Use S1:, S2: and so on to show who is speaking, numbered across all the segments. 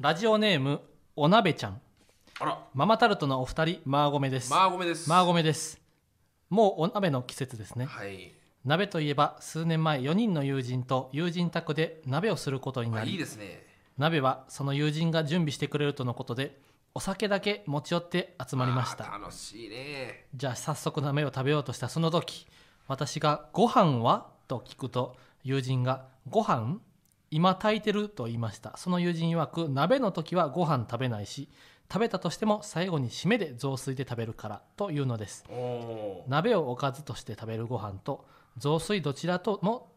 S1: ラジオネームお鍋ちゃん
S2: あら
S1: ママタルトのお二人マーゴメです
S2: マーゴメです
S1: マーゴメですもうお鍋の季節ですね
S2: はい
S1: 鍋といえば数年前4人の友人と友人宅で鍋をすることにな
S2: あ
S1: り
S2: いいですね
S1: 鍋はその友人が準備してくれるとのことでお酒だけ持ち寄って集まりまし
S2: あ
S1: た
S2: ー楽しいね
S1: じゃあ早速鍋を食べようとしたその時私が「ご飯は?」と聞くと友人が「ご飯今炊いてる」と言いましたその友人曰く鍋の時はご飯食べないし食べたとしても最後に締めで雑炊で食べるからというのです
S2: おおー
S1: 鍋をおかずとして食べるご飯と雑炊どちらとも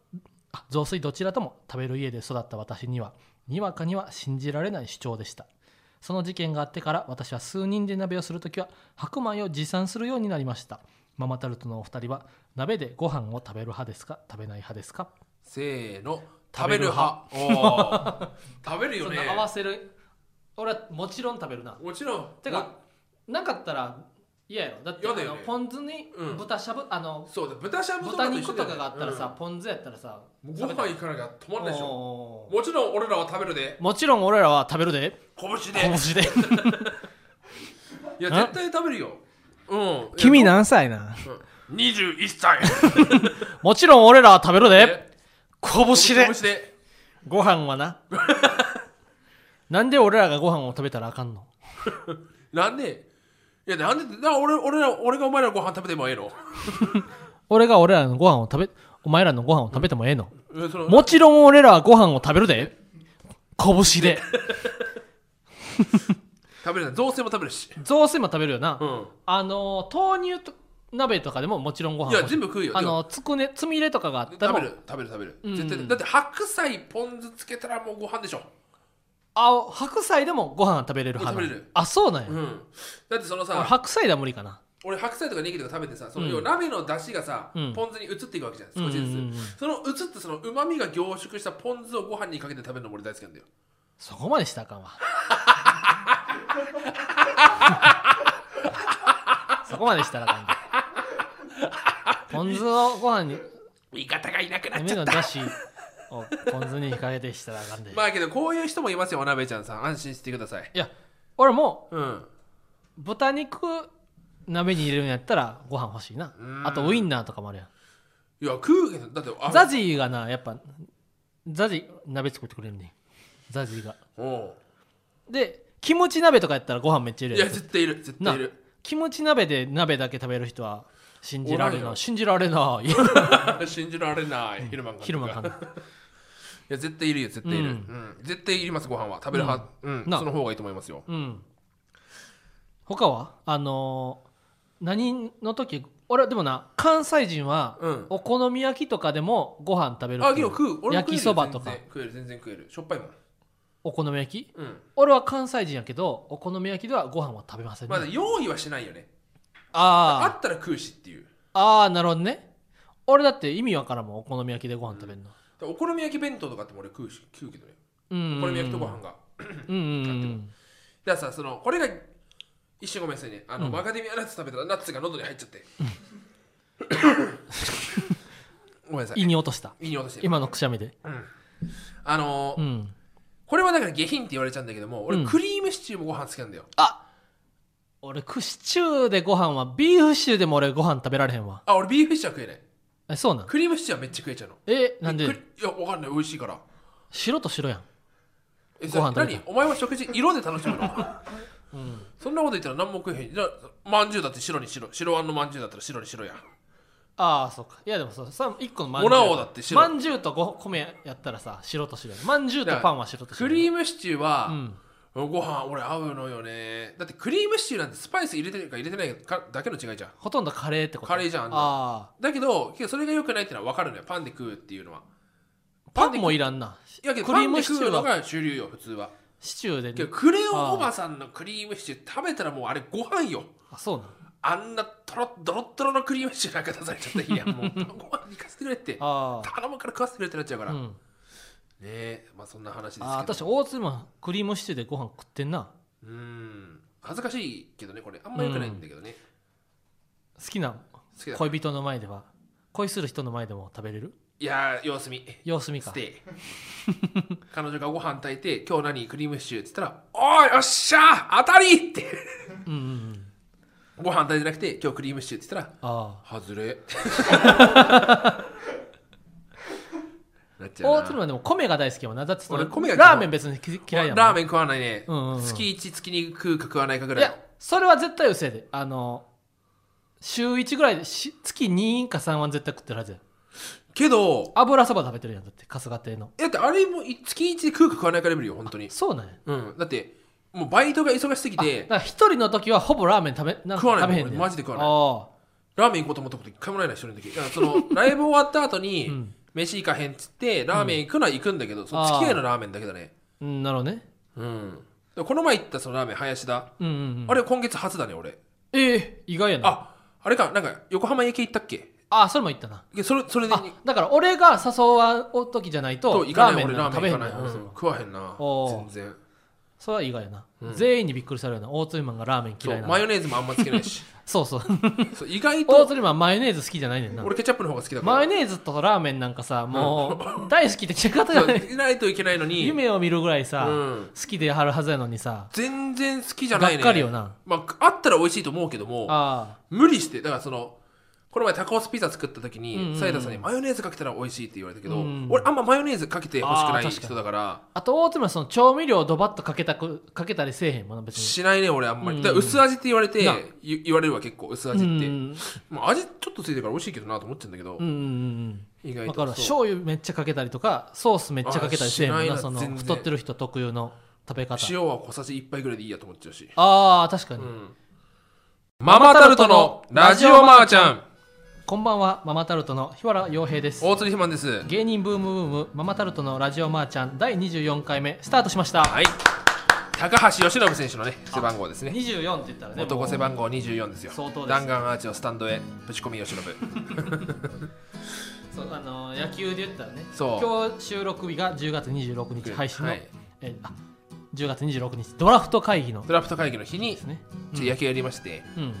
S1: あ雑炊どちらとも食べる家で育った私にはにわかには信じられない主張でしたその事件があってから私は数人で鍋をするときは白米を持参するようになりましたママタルトのお二人は鍋でご飯を食べる派ですか食べない派ですか
S2: せーの
S1: 食
S2: 食
S1: べ
S2: べ
S1: る
S2: る
S1: 派
S2: 派お ー食べるよね
S1: せる俺はもちろん食べるな
S2: もちろん
S1: てかなかったら嫌やろだって
S2: 嫌だよね
S1: あのポン酢に
S2: うん
S1: 豚しゃぶ、あの
S2: おそうだ豚しゃぶとか
S1: 豚
S2: 一緒だよね
S1: 肉とかがあったらさ、、ポン酢やったらさ
S2: うんもうご飯行かなきゃ止まらないでしょ
S1: おー
S2: もちろん俺らは食べるで
S1: もちろん俺らは食べるで
S2: 拳で
S1: 拳 で
S2: いや絶対食べるようん
S1: 君
S2: いや
S1: 何歳な
S2: うん21歳
S1: もちろん俺らは食べるで
S2: え
S1: 拳で
S2: 拳で
S1: ご飯は ななんで俺らがご飯を食べたらあかんの
S2: なんでいやなんでだから俺俺ら俺がお前らご飯食べてもええの
S1: 俺が俺らのご飯を食べお前らのご飯を食べてもええの
S2: うんその
S1: もちろん俺らはご飯を食べるで拳で
S2: 食べるな雑炊も食べるし
S1: 雑炊も食べるよな、
S2: うん
S1: あのー豆乳と鍋とかでももちろんご飯
S2: いや全部食うよ
S1: あのーつくねつみれとかがあったら
S2: 食
S1: も
S2: べる食べる食べる、
S1: うん
S2: 絶対だって白菜ポン酢つけたらもうご飯でしょ
S1: あ白菜でもご飯は食べれる派なの
S2: 食べれる
S1: あそうなんや、
S2: うんだってその
S1: 俺
S2: さ
S1: 白菜では無理かな
S2: 俺白菜とかネギとか食べてさその、
S1: うん
S2: 要は鍋の出汁がさ、
S1: うん
S2: ポン酢に移っていくわけじゃん少しずつ、
S1: うんうんうんうん
S2: その移ってそのうまみが凝縮したポン酢をご飯にかけて食べるのも俺大好きなんだよ
S1: そこまでしたらあか んわそこまでしたらあかんでポン酢をご飯に
S2: 味方がいなくなっち
S1: 海
S2: ゃ
S1: の
S2: っ
S1: だ
S2: た
S1: しをポン酢にかけてしたらあかんで、
S2: まあけどこういう人もいますよお鍋ちゃんさん安心してください
S1: いや俺も
S2: うん
S1: 豚肉鍋に入れるんやったらご飯欲しいな
S2: うん
S1: あとウインナーとかもあるやん
S2: いや食うけどだってあ
S1: ザジーがなやっぱザジー鍋作ってくれるねんザジーが
S2: お
S1: でキムチ鍋とかやったらご飯めっちゃ
S2: う
S1: 入れ
S2: いや
S1: る
S2: 絶対いる絶対いる
S1: キムチ鍋で鍋だけ食べる人は信じられ
S2: おらん
S1: ない
S2: よ
S1: 信じられない
S2: 信じられない昼間か
S1: 昼間か
S2: い
S1: な
S2: や絶対いるよ絶対いる、
S1: う
S2: うんん絶対いりますご飯は食べる派、うん
S1: な
S2: その方がいいと思いますよ
S1: うん他はあのー何の時俺でもな関西人は
S2: うん
S1: お好み焼きとかでもご飯食べる
S2: あけど食う俺も
S1: 焼き
S2: 食えるよ
S1: そばとか
S2: 全然食える全然食えるしょっぱいもん
S1: お好み焼き
S2: うん
S1: 俺は関西人やけどお好み焼きではご飯は食べませんね、
S2: まだ用意はしないよねあ
S1: あー
S2: ったら食うしっていう
S1: あーなるほどね俺だって意味わからんもんお好み焼きでご飯食べるの
S2: だからお好み焼き弁当とかっても俺食うし食うけどね
S1: うん
S2: お好み焼きとご飯がだか
S1: うんうんうん
S2: らさそのこれが一瞬ごめんなさいねあの、マカデミアナッツ食べたらナッツが喉に入っち ゃって、ごめんなさい
S1: 胃に落とした
S2: 胃に落として
S1: 今のくしゃみで
S2: あのー
S1: うん
S2: これはだから下品って言われちゃうんだけども俺、
S1: うん
S2: クリームシチューもご飯好きなんだよ
S1: 俺クシチューでご飯はビーフシチューでも俺ご飯食べられへんわ
S2: あ俺ビーフシチューは食えない
S1: えそうなん
S2: クリームシチューはめっちゃ食えちゃうの
S1: えなん
S2: ク
S1: で
S2: リいやわかんない美味しいから
S1: 白と白やん
S2: え
S1: ご飯食べた
S2: それ何お前は食事色で楽しむの、そんなこと言ったら何も食えへんじゃあまんじゅうだって白に白白あんのまんじゅうだったら白に白やん
S1: ああそうかいやでもそうさ一個のまん
S2: モナオだって白
S1: まんじゅうとご米やったらさ白と白やんまんじゅうとパンは白と白
S2: クリームシチュー
S1: う
S2: は、
S1: ん
S2: ご飯俺合うのよねだってクリームシチューなんてスパイス入れてるか入れてないかだけの違いじゃん
S1: ほとんどカレーってこと
S2: カレーじゃんあんな
S1: あ
S2: だけどけどそれが良くないってのは分かるのよパンで食うっていうのは
S1: あパンもいらんない
S2: やけど
S1: ク
S2: パ
S1: リー
S2: ンで
S1: ムシチ
S2: 食
S1: ュ
S2: う
S1: ー
S2: の
S1: は
S2: が主流よ普通は
S1: シチューで
S2: けどクレヨンおばさんのクリームシチュー食べたらもうあれご飯よ
S1: あそうなん
S2: あんなとろドロッドロのクリームシチューなんか出されちゃったらい やもうご飯に行かせてくれって
S1: あ
S2: 頼むから食わせてくれってなっちゃうか
S1: あ
S2: ら、
S1: う
S2: ね
S1: ん
S2: えまあそんな話ですけど
S1: ああ私大津もクリームシチューでご飯食ってんな
S2: うーん恥ずかしいけどねこれあんま良くないんだけどね、
S1: 好きな
S2: 好きだ
S1: 恋人の前では恋する人の前でも食べれる
S2: いやー様子見
S1: 様子見
S2: ス
S1: か
S2: テイ彼女がご飯炊いて「今日何クリームシチュー」っつったら「おいよっしゃ当たり!」って
S1: うんうんうん
S2: ご飯炊いてなくて「今日クリームシチュー」って言ったら
S1: あ
S2: 「外れ」な
S1: あ
S2: っちゃ
S1: 大
S2: う
S1: 鶴
S2: な
S1: はでも米が大好きやもんなだってその
S2: 俺米が嫌い
S1: ラーメン別に嫌いやもん
S2: ラーメン食わないね、
S1: うんうんうん
S2: 月1月2食うか食わないかぐ
S1: い
S2: らいの
S1: やそれは絶対うせやであの週1ぐらいでし月2か3は絶対食ってるはずや
S2: けど
S1: 油そば食べてるやんだって春日亭の
S2: だってあれもい月1で食うか食わないかレベルよ本当に
S1: そうなんや
S2: うんだってもうバイトが忙しすぎ
S1: だ
S2: て
S1: から一人の時はほぼラーメン食べなんか
S2: 食わない
S1: 食べへんねん
S2: 俺マジで食わない
S1: あ
S2: ラーメン行こうと思ったこと一回もないな一人の時だから そのライブ終わった後に、
S1: うん
S2: 飯行かへんっつってラーメン行くのは行くんだけど、その付き合いのラーメンだけだね
S1: あうんなるほどね
S2: うんだからこの前行ったそのラーメン林田、
S1: うんうん、うん、
S2: あれ今月初だね俺
S1: ええ意外やなあ
S2: ああれかなんか横浜駅行ったっけ
S1: あそれも言ったない
S2: やそれそれで
S1: あだから俺が誘わお時じゃないと
S2: と行
S1: ラー
S2: かな
S1: メ
S2: い
S1: ン
S2: 俺
S1: な
S2: ラ
S1: んか
S2: ー
S1: 食
S2: メ
S1: べ
S2: ン
S1: へ
S2: 行
S1: んねん
S2: かない、うん
S1: な
S2: 食わへんな
S1: おー
S2: 全然
S1: それは意外やな、
S2: うん
S1: 全員にびっくりされるな大鶴マンがラーメン
S2: そ
S1: 嫌
S2: う
S1: いな
S2: マ
S1: の
S2: ヨネーズもあんまつけな いし
S1: そうそう
S2: そう意外
S1: 大
S2: と
S1: 鶴マンマヨネーズ好きじゃないねんな
S2: 俺ケチャップの方が好きだから
S1: マヨネーズとラーメンなんかさもう大好きって違方が
S2: そ
S1: な
S2: う
S1: い
S2: いないといけないのに
S1: 夢を見るぐらいさ、
S2: うん
S1: 好きでやるはずやのにさ
S2: 全然好きじ
S1: が
S2: ゃ
S1: っ
S2: ないね
S1: かりよな
S2: まああったら美味しいと思うけども
S1: あ
S2: 無理してだからそのこの前タコスピザ作った時
S1: うんうんう
S2: に
S1: ん
S2: サイダさんにマヨネーズかけたら美味しいって言われたけど、
S1: うん
S2: 俺あんまマヨネーズかけてほしくな
S1: あー確か
S2: い
S1: に
S2: 人だから
S1: ああと大鶴マンその調味料をドバッとかけたくかけたりせえへんもんな別に
S2: しないね俺あんまり、
S1: うん
S2: だから薄味って言われて
S1: な
S2: ゆ言われるわ結構薄
S1: う
S2: 味って、
S1: ん
S2: まあ、味ちょっとついてるから美味しいけどなと思っちゃうんだけど、
S1: うんうんう
S2: 意
S1: ん
S2: 外
S1: わかる
S2: と
S1: わ
S2: そう
S1: 醤油めっちゃかけたりとかソースめっちゃかけたりせえへんもん
S2: あ
S1: な
S2: しないな
S1: その
S2: 全然
S1: 太ってる人特有の食べ方
S2: 塩は小さじ1杯ぐらいでいいやと思っちゃうし、
S1: あー確か
S2: う
S1: に、
S2: んママタルトのラジオマーちゃん
S1: こんばんはママタルトの日原洋平です
S2: 大鶴ひまんですは
S1: 芸人ブームブームママタルトのラジオマーちゃん第24回目スタートしました、
S2: い高橋由伸選手のね背番号ですね
S1: 24って言ったらね
S2: 男背番号24ですよ
S1: 相当です
S2: 弾丸アーチをスタンドへぶち込み由伸
S1: そうあのー野球で言ったらね
S2: そう
S1: 今日収録日が10月26日配信の、
S2: はい
S1: えあ10月26日ドラフト会議の
S2: ドラフト会議の日に
S1: ですね、
S2: ちょっと野球やりまして、
S1: うんうん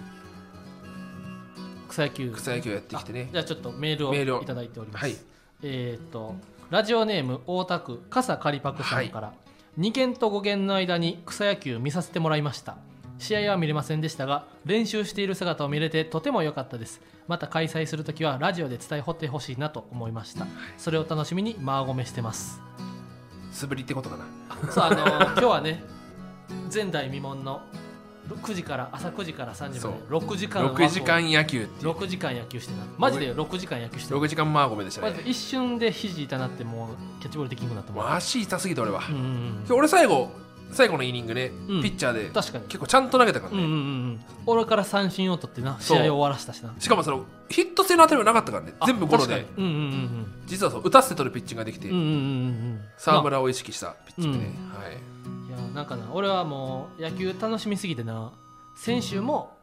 S1: 草野球
S2: 草野球やってきてね
S1: じゃあちょっとメー
S2: メール
S1: ル
S2: を
S1: をいただいております、
S2: はい
S1: えーっとラジオネーム大田区笠カリパクさんから、2件と5件の間に草野球見させてもらいました試合は見れませんでしたが練習している姿を見れてとても良かったですまた開催するときはラジオで伝えてほしいなと思いましたそれを楽しみにマーゴメして ます
S2: 素振りってことかな
S1: そうあのー今日はね前代未聞の9時から朝9時から3時まで6時間の枠を
S2: 6時間野球っていう
S1: 6時間野球してたマジで6時間野球してた
S2: 6時間マーゴメでした
S1: まず
S2: ね
S1: 一瞬で肘痛なってもうキャッチボールできなくなった
S2: も
S1: も、
S2: うん足痛すぎた俺は、
S1: うんうん
S2: 今日俺最後最後のイニングね、
S1: うん
S2: ピッチャー
S1: う
S2: で
S1: ん、確かに、
S2: 結構ちゃんと投げたから
S1: うん
S2: ね、
S1: うんうんうん俺から三振を取ってな試
S2: そう
S1: 合を終わらしたしな
S2: しかもそのヒット性の当たりはなかったからね
S1: あ
S2: 全部ゴロで
S1: 確かにうんうんうん
S2: 実はそう打たせて取るピッチングができて、
S1: うんうんうんうんうん
S2: 沢村を意識したピッチングね、はい
S1: いやなんかな俺はもう野球楽しみすぎてな先週も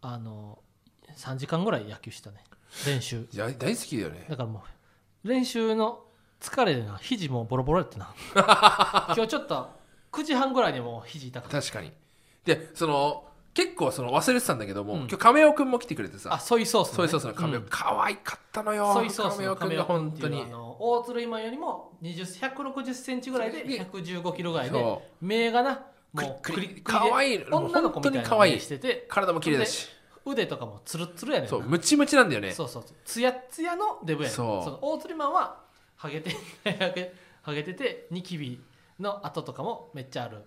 S1: あの3時間ぐらい野球したね練習
S2: いや大好きだよね
S1: だからもう練習の疲れでな肘もうボロボロやって な今日ちょっと9時半ぐらいにもう肘痛くて
S2: 確かにでその結構その忘れてたんだけども、
S1: うん
S2: 今日亀尾君も来てくれて
S1: あ
S2: さ
S1: ソイソースのね
S2: ソイソースの亀
S1: う
S2: 尾
S1: ん
S2: 君、可愛かったのよ
S1: ソイソースの
S2: 亀
S1: 亀
S2: 尾君が
S1: 尾君
S2: 本
S1: って
S2: 当
S1: いう
S2: に
S1: あの大鶴今よりも160センチぐらいで115キロぐらいで
S2: そ
S1: 目がなもう
S2: く
S1: ク
S2: り
S1: リクリで
S2: 可愛いの
S1: 女の子みたい
S2: 本当に
S1: な
S2: 可愛い
S1: 目してて
S2: 体も綺麗だし
S1: 腕とかもツルッツルやねんな
S2: そうムチムチなんだよね
S1: そうそうそうツヤツヤのデブやねん
S2: そう
S1: その大鶴マンはハゲて ハゲハゲててニキビの跡とかもめっちゃある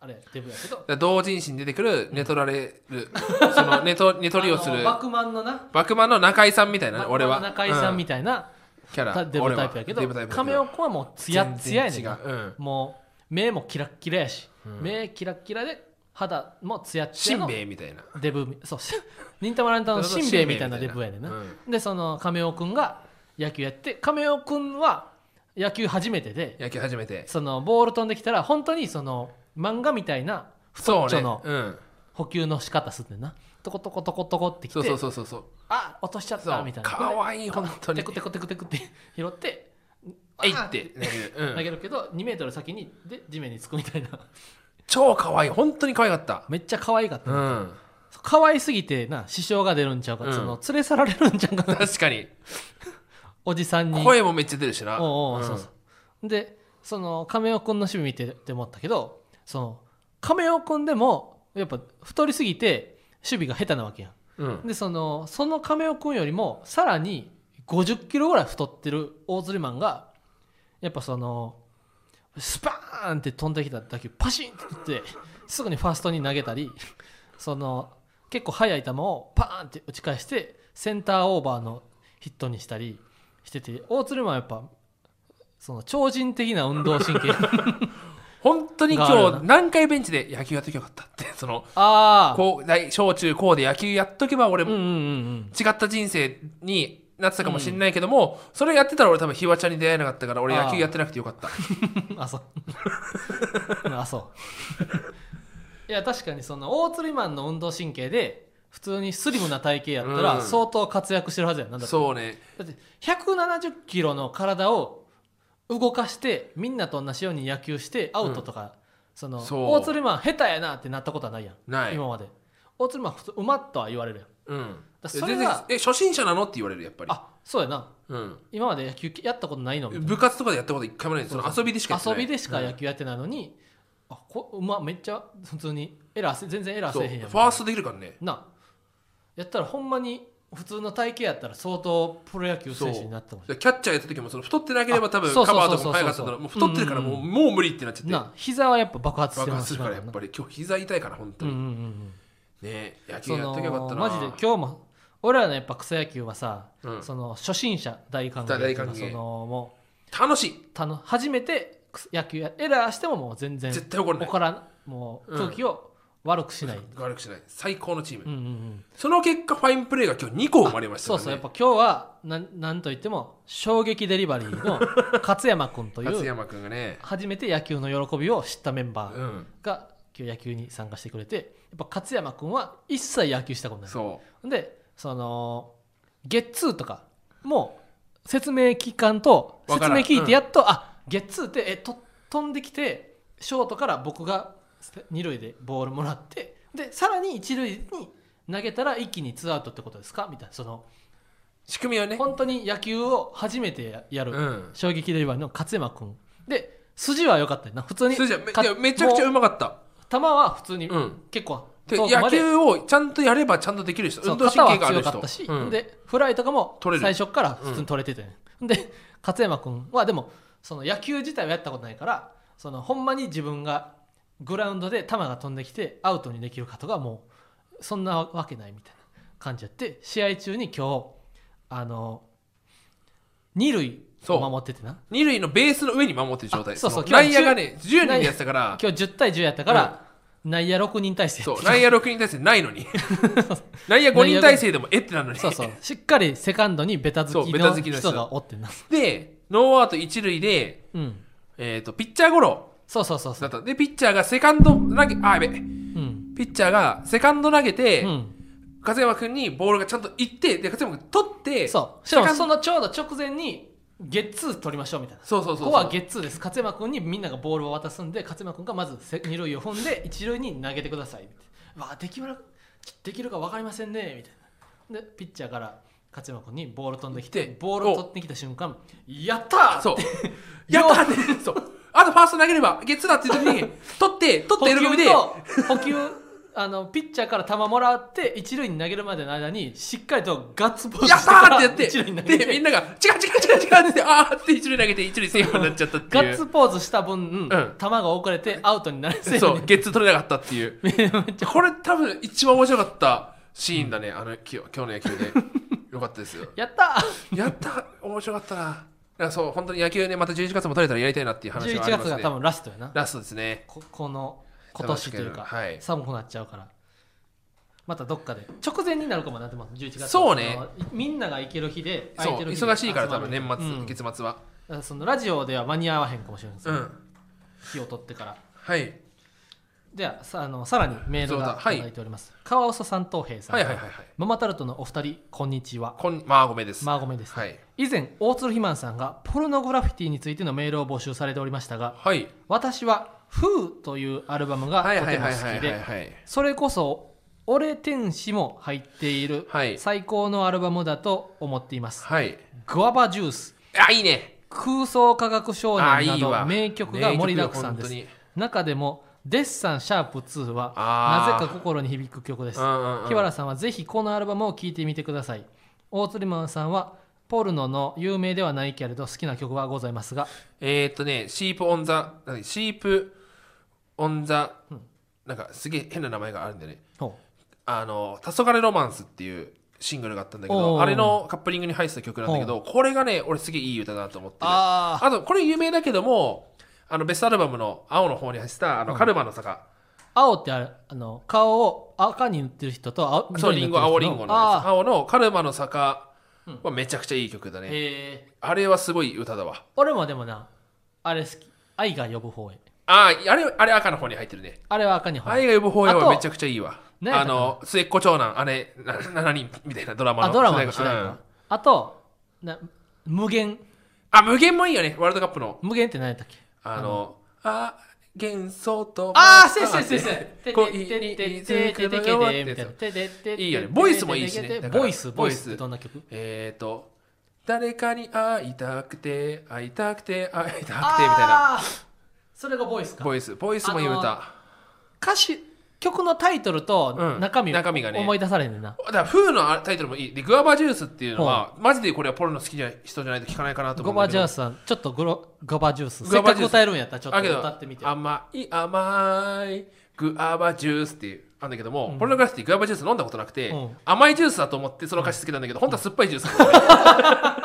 S1: あれデブやけど
S2: だから同人誌に出てくる寝取られるそ の寝と寝取りをす
S1: あ
S2: る
S1: のバクマンのな
S2: バクマンの中井さんみたいなね俺は
S1: バクマンの中井さんみ
S2: た
S1: たいな、
S2: いなキャラ
S1: デブタイプやけ
S2: 俺はデブタイ
S1: ど
S2: プだ
S1: 亀尾君はもうツヤッツヤやねんな
S2: 全然違ううん
S1: もう目もキラッキラやし、
S2: うん
S1: 目キラッキラで肌もツヤッツ
S2: し
S1: ヤ
S2: ん
S1: の
S2: べヱみたいな
S1: デブ そうし忍たま乱太郎のしんべヱみたいなデブやねんな、
S2: うん
S1: でその亀尾君が野球やって亀尾君は野球初めてで
S2: 野球始めて
S1: そのボール飛んできたら本当にその漫画みたいな
S2: そう
S1: ちょ
S2: ね
S1: の
S2: うん
S1: 補給の仕方すんねんなトコトコトコトコってきて
S2: そうそうそうそうそう
S1: あ落としちゃっ
S2: そ
S1: た
S2: う
S1: みたいな
S2: かわいい本当に
S1: テクテクテクテクって 拾って
S2: えいって投げるう
S1: 投げ
S2: ん
S1: るけど2メートル先にで地面につくみたいな
S2: 超かわいい本当にかわいかった
S1: めっちゃ可愛かった、
S2: うん
S1: 可愛すぎてな支障が出るんちゃうか、
S2: う ん
S1: その連れ去られるんちゃうか
S2: 確かに
S1: おじさんに
S2: 声もめっちゃ出るしな
S1: おうおう
S2: うん
S1: そうそうでその亀尾くんの趣味見てって思ったけどその亀尾くんでもやっぱ太りすぎて守備が下手なわけやん
S2: うん
S1: でそのその亀尾くんよりもさらに5 0キロぐらい太ってる大釣りマンがやっぱそのスパーンって飛んできた打球パシンって打ってすぐにファーストに投げたりその結構速い球をパーンって打ち返してセンターオーバーのヒットにしたりしてて大鶴マンはやっぱその超人的な運動神経
S2: 本当に今
S1: があるな
S2: 日何回ベンチで野球やっときゃよかったってその
S1: ああ
S2: こう大小中高で野球やっとけば俺
S1: うんうん
S2: 違
S1: うん
S2: った人生になってたかもしれないけども、それやってたら俺多分ひわちゃんに出会えなかったから俺
S1: あー
S2: 野球やってなくてよかった
S1: うん あそううんあそういや確かにその大釣りマンの運動神経で普通にスリムな体型やった
S2: う
S1: ら
S2: ん
S1: 相当活躍してるはずやんなんだって
S2: そうね
S1: だって170キロの体を動かしてみんなと同じように野球してアウトとか、その
S2: そう
S1: 大釣りマン下手やなってなったことはないやん
S2: ない
S1: 今まで大釣りマン普通うまっとは言われるやん
S2: うん
S1: だ
S2: 全
S1: それ
S2: 然
S1: が
S2: え初心者なのって言われるやっぱり
S1: あそうやな
S2: うん、
S1: 今まで野球やったことないのみたいな
S2: 部活とかでやったこと一回もないその遊びでしかやってない
S1: 遊びでしか野球やってないのに、あこうまめっちゃ普通にエラーせ全然エラー
S2: そ
S1: せ
S2: う
S1: えへんやん
S2: ファーストできるからね
S1: なやったらほんまに普通の体型やったら相当プロ野球選手になってたもん
S2: キャッチャーやった時もその太ってなければ多分
S1: あそう
S2: カ
S1: そう
S2: バ
S1: そう
S2: ーとかも早かったからもう太ってるからもう,、
S1: うん
S2: もう無理ってなっちゃって
S1: な膝はやっぱ爆発して
S2: 爆
S1: ま
S2: 発
S1: す
S2: するからやっぱり今日膝痛いから本当
S1: うん
S2: に、
S1: うんうんうん
S2: ね野球
S1: そ
S2: やっ
S1: の
S2: ときゃよかったな
S1: マジで今日も俺らのやっぱ草野球はさ、
S2: うん
S1: その初心者大歓迎
S2: 大大歓迎
S1: そのも
S2: 楽しいう
S1: たの初めてくす野球やエラーしてももう全然
S2: 絶対怒らない
S1: 怒らんもう空気を悪くしない、
S2: 悪くしない最高のチーム、
S1: うんうんうん、
S2: その結果ファインプレーが今日2個生まれました
S1: そ
S2: か
S1: う
S2: ら、ね、
S1: そうやっぱ今日はなんなんといっても衝撃デリバリーの勝山君と
S2: 勝
S1: いう
S2: 山君がね
S1: 初めて野球の喜びを知ったメンバ
S2: う
S1: ー
S2: ん
S1: が今日野球に参加してくれてやっぱ勝山君は一切野球したことない
S2: そ
S1: でそのゲッツーとかも説明期間と
S2: わか
S1: 説
S2: ら
S1: 明
S2: ん
S1: 聞いてやっと、あゲッツーってえと飛んできてショートから僕が二塁でボールもらってでさらに一塁に投げたら一気にツーアウトってことですかみたいなその
S2: う仕組みはね
S1: 本当に野球を初めてやる、
S2: うん
S1: 衝撃デリバリーの勝山君で筋は良かったよな普通に
S2: それじゃめ
S1: か
S2: いやめちゃくちゃう
S1: も
S2: まかった
S1: う球は普通に、
S2: うん
S1: 結構
S2: で
S1: 遠くま
S2: 野
S1: で
S2: 球をちゃんとやればちゃんとできる人
S1: そう
S2: 運動神経があ
S1: 肩
S2: る
S1: は強か
S2: 人
S1: ったし、
S2: うん
S1: でフライとかも
S2: 取れる
S1: 最初から普通に取れてて、で勝山君はでもその野球自体はやったことないからそのほんまに自分がグラウンドで球が飛んできてアウトにできるかとかもうそんなわけないみたいな感じやって試合中に今日あの二塁
S2: そう
S1: を守っててな
S2: 二塁のベースの上に守ってる状態
S1: あそうそう
S2: の
S1: 今
S2: 内
S1: 日
S2: 野がね10人
S1: 内野
S2: でやってたから
S1: 今日10対10やったから、内野6人体制や
S2: そ
S1: って
S2: う
S1: た
S2: 内野6人体制ない のに内野5人体制でもえってなるのに
S1: そうそうしっかりセカンドにベタ好
S2: そ
S1: き
S2: うベタ
S1: の
S2: 好きの人
S1: 人がおってんな
S2: でノーアウト一塁で、
S1: うん
S2: えー、とピッチャーゴロ
S1: そうそうそうそ
S2: だっ
S1: う
S2: たでピッチャーがセカンド投げあやべ
S1: うん
S2: ピッチャーがセカンド投げて、
S1: うん
S2: 勝山君にボールがちゃんと行ってで勝山君取って
S1: そうし
S2: セ
S1: か
S2: カ
S1: も
S2: ンド
S1: そのちょうど直前にゲッツー取りましょうみたいな
S2: そうそうそう
S1: ここはゲッツーです勝山君にみんながボールを渡すんで勝山君がまずせ二塁を踏んで一塁に投げてくださいわあできるできるか分かりませんねみたいなでピッチャーから勝山君にボール飛んでき
S2: で
S1: てボールを取ってきた瞬間やったー
S2: そうやったってそうあとファースト投げればゲッツーだっていう時に取って
S1: 捕
S2: 取って喜び
S1: 球
S2: で
S1: と補給 あのピッチャーから球もらって一塁に投げるまでの間にしっかりとガッツポーズ
S2: やったーってやっ
S1: してから一塁に投
S2: て、
S1: げ
S2: で、
S1: て
S2: みんなが、違う違う違う違うって、あーって一塁投げて、一塁セーフになっちゃったって
S1: ガ
S2: い
S1: ッツ
S2: う。
S1: ポーズした分、
S2: ん
S1: 球が遅れてアウトになりそう
S2: そ
S1: よ
S2: う
S1: ね、
S2: ゲッツー取れなかったっていう。これ多分一番面白かったシーンだね、あの、き今日の野球で。よかったですよ。
S1: やった
S2: やった面白かったな。だからそう、本当に野球ね、また11月も取れたらやりたいなっていう話
S1: ー
S2: は
S1: 11
S2: あります
S1: 月が多
S2: ね。
S1: 分ラストやな
S2: ラストですね。
S1: ここの今年というか、
S2: 楽しみはい
S1: 寒くなっちゃうからまたどっかで直前になるかもなってます11月は
S2: そうね
S1: のみんなが行ける日で
S2: そう、
S1: 空てる日で
S2: 忙しいから多分年末、
S1: うん
S2: 月末は。
S1: だからそのラジオでは間に合わへんかもしれないです、
S2: うん。
S1: 日を取ってから
S2: はい。
S1: じゃあさあのさらにメール
S2: そう
S1: が
S2: だ
S1: い
S2: はい
S1: ただいております、川尾さん東平さん、
S2: はいはいはいはい。
S1: ママタルトのお二人こんにちは
S2: こん、まあごめです。
S1: マーゴメです、
S2: はい。
S1: 以前大鶴ひまんさんがポルノグラフィティについてのメールを募集されておりましたが
S2: はい。
S1: 私は「フーというアルバムがと
S2: はいは
S1: て
S2: い
S1: も
S2: はい
S1: 好
S2: はい
S1: き
S2: はい
S1: で
S2: はい。
S1: それこそ俺天使も入っている
S2: はい
S1: 最高のアルバムだと思っています、
S2: はい
S1: グアバジュース
S2: あいいね
S1: 空想科学少年
S2: あ
S1: ない
S2: いわ
S1: ど名曲が盛りだくさんです
S2: 名曲よ
S1: 中でもデッサンシャープ2は
S2: あー
S1: なぜか心に響く曲です
S2: うんうんうん
S1: 日原さんはぜひこのアルバムを聴いてみてください大鶴マンさんはポルノの有名ではないけれど好きな曲はございますが
S2: えー、っとね、シープオンザ、何シープオンザ、なんかすげえ変な名前があるんだよね。
S1: ほ
S2: あの、黄昏ロマンスっていうシングルがあったんだけ
S1: おうおう
S2: ど、あれのカップリングに入ってた曲なんだけど、これがね、俺すげえいい歌だなと思ってる。あ
S1: あ
S2: と、これ有名だけども、あの、ベストアルバムの青の方に入ってた、あの、カルマの坂。
S1: 青ってあれあの顔を赤に塗ってる人と青
S2: そう、
S1: 緑
S2: リ
S1: に
S2: ン
S1: 塗
S2: ゴ、
S1: ってる人
S2: 青リンゴのやつ
S1: あ
S2: 青のカルマの坂はめちゃくちゃいい曲だ
S1: ー
S2: ね。
S1: へー
S2: あれはすごい歌だわ。
S1: 俺もでもなあれ好き愛が呼ぶ方へ
S2: ああ、あれ、あれ赤の方に入ってるね。
S1: あれは赤に方へ
S2: 愛が呼ぶ方へ
S1: あ
S2: は
S1: と
S2: めちゃくちゃいいわ。
S1: 何やっ
S2: あ
S1: たかな
S2: の、末っ子長男、姉、な7人みたいなドラマの。
S1: あドラマの主
S2: 主
S1: 題
S2: 題
S1: 歌、
S2: 歌うん
S1: あとな無限
S2: あ、無限もいいよね、ワールドカップの。
S1: 無限って何やったっけ
S2: あの、あ、幻想と。
S1: ああ、せいせいせいせい。
S2: てててててて
S1: ボイス、ボイス。どんな曲
S2: えっと、誰かに会いたくて、会いたくて、会いたくて、みたいな。
S1: ああ、それがボイスか。
S2: ボイス、ボイスもいい歌。
S1: あ歌詞、曲のタイトルと中身、思い出されんねんな。
S2: だから、フーのタイトルもいい。で、グアバジュースっていうのは、マジでこれはポルノ好きな人じゃないと聞かないかなと思
S1: ゴ
S2: う
S1: バ
S2: んだけ
S1: ジ
S2: ど。
S1: ュースさん、ちょっとグロゴバジュース。せっかく歌えるんやったらちょっと歌ってみて。
S2: 甘い甘いグアバジュースっていうあるんだけども、ポルノグラフィティグアバジュース飲んだことなくて、
S1: うん
S2: 甘いジュースだと思ってその歌詞つけたんだけど、本当は酸っぱいジュースなんだよ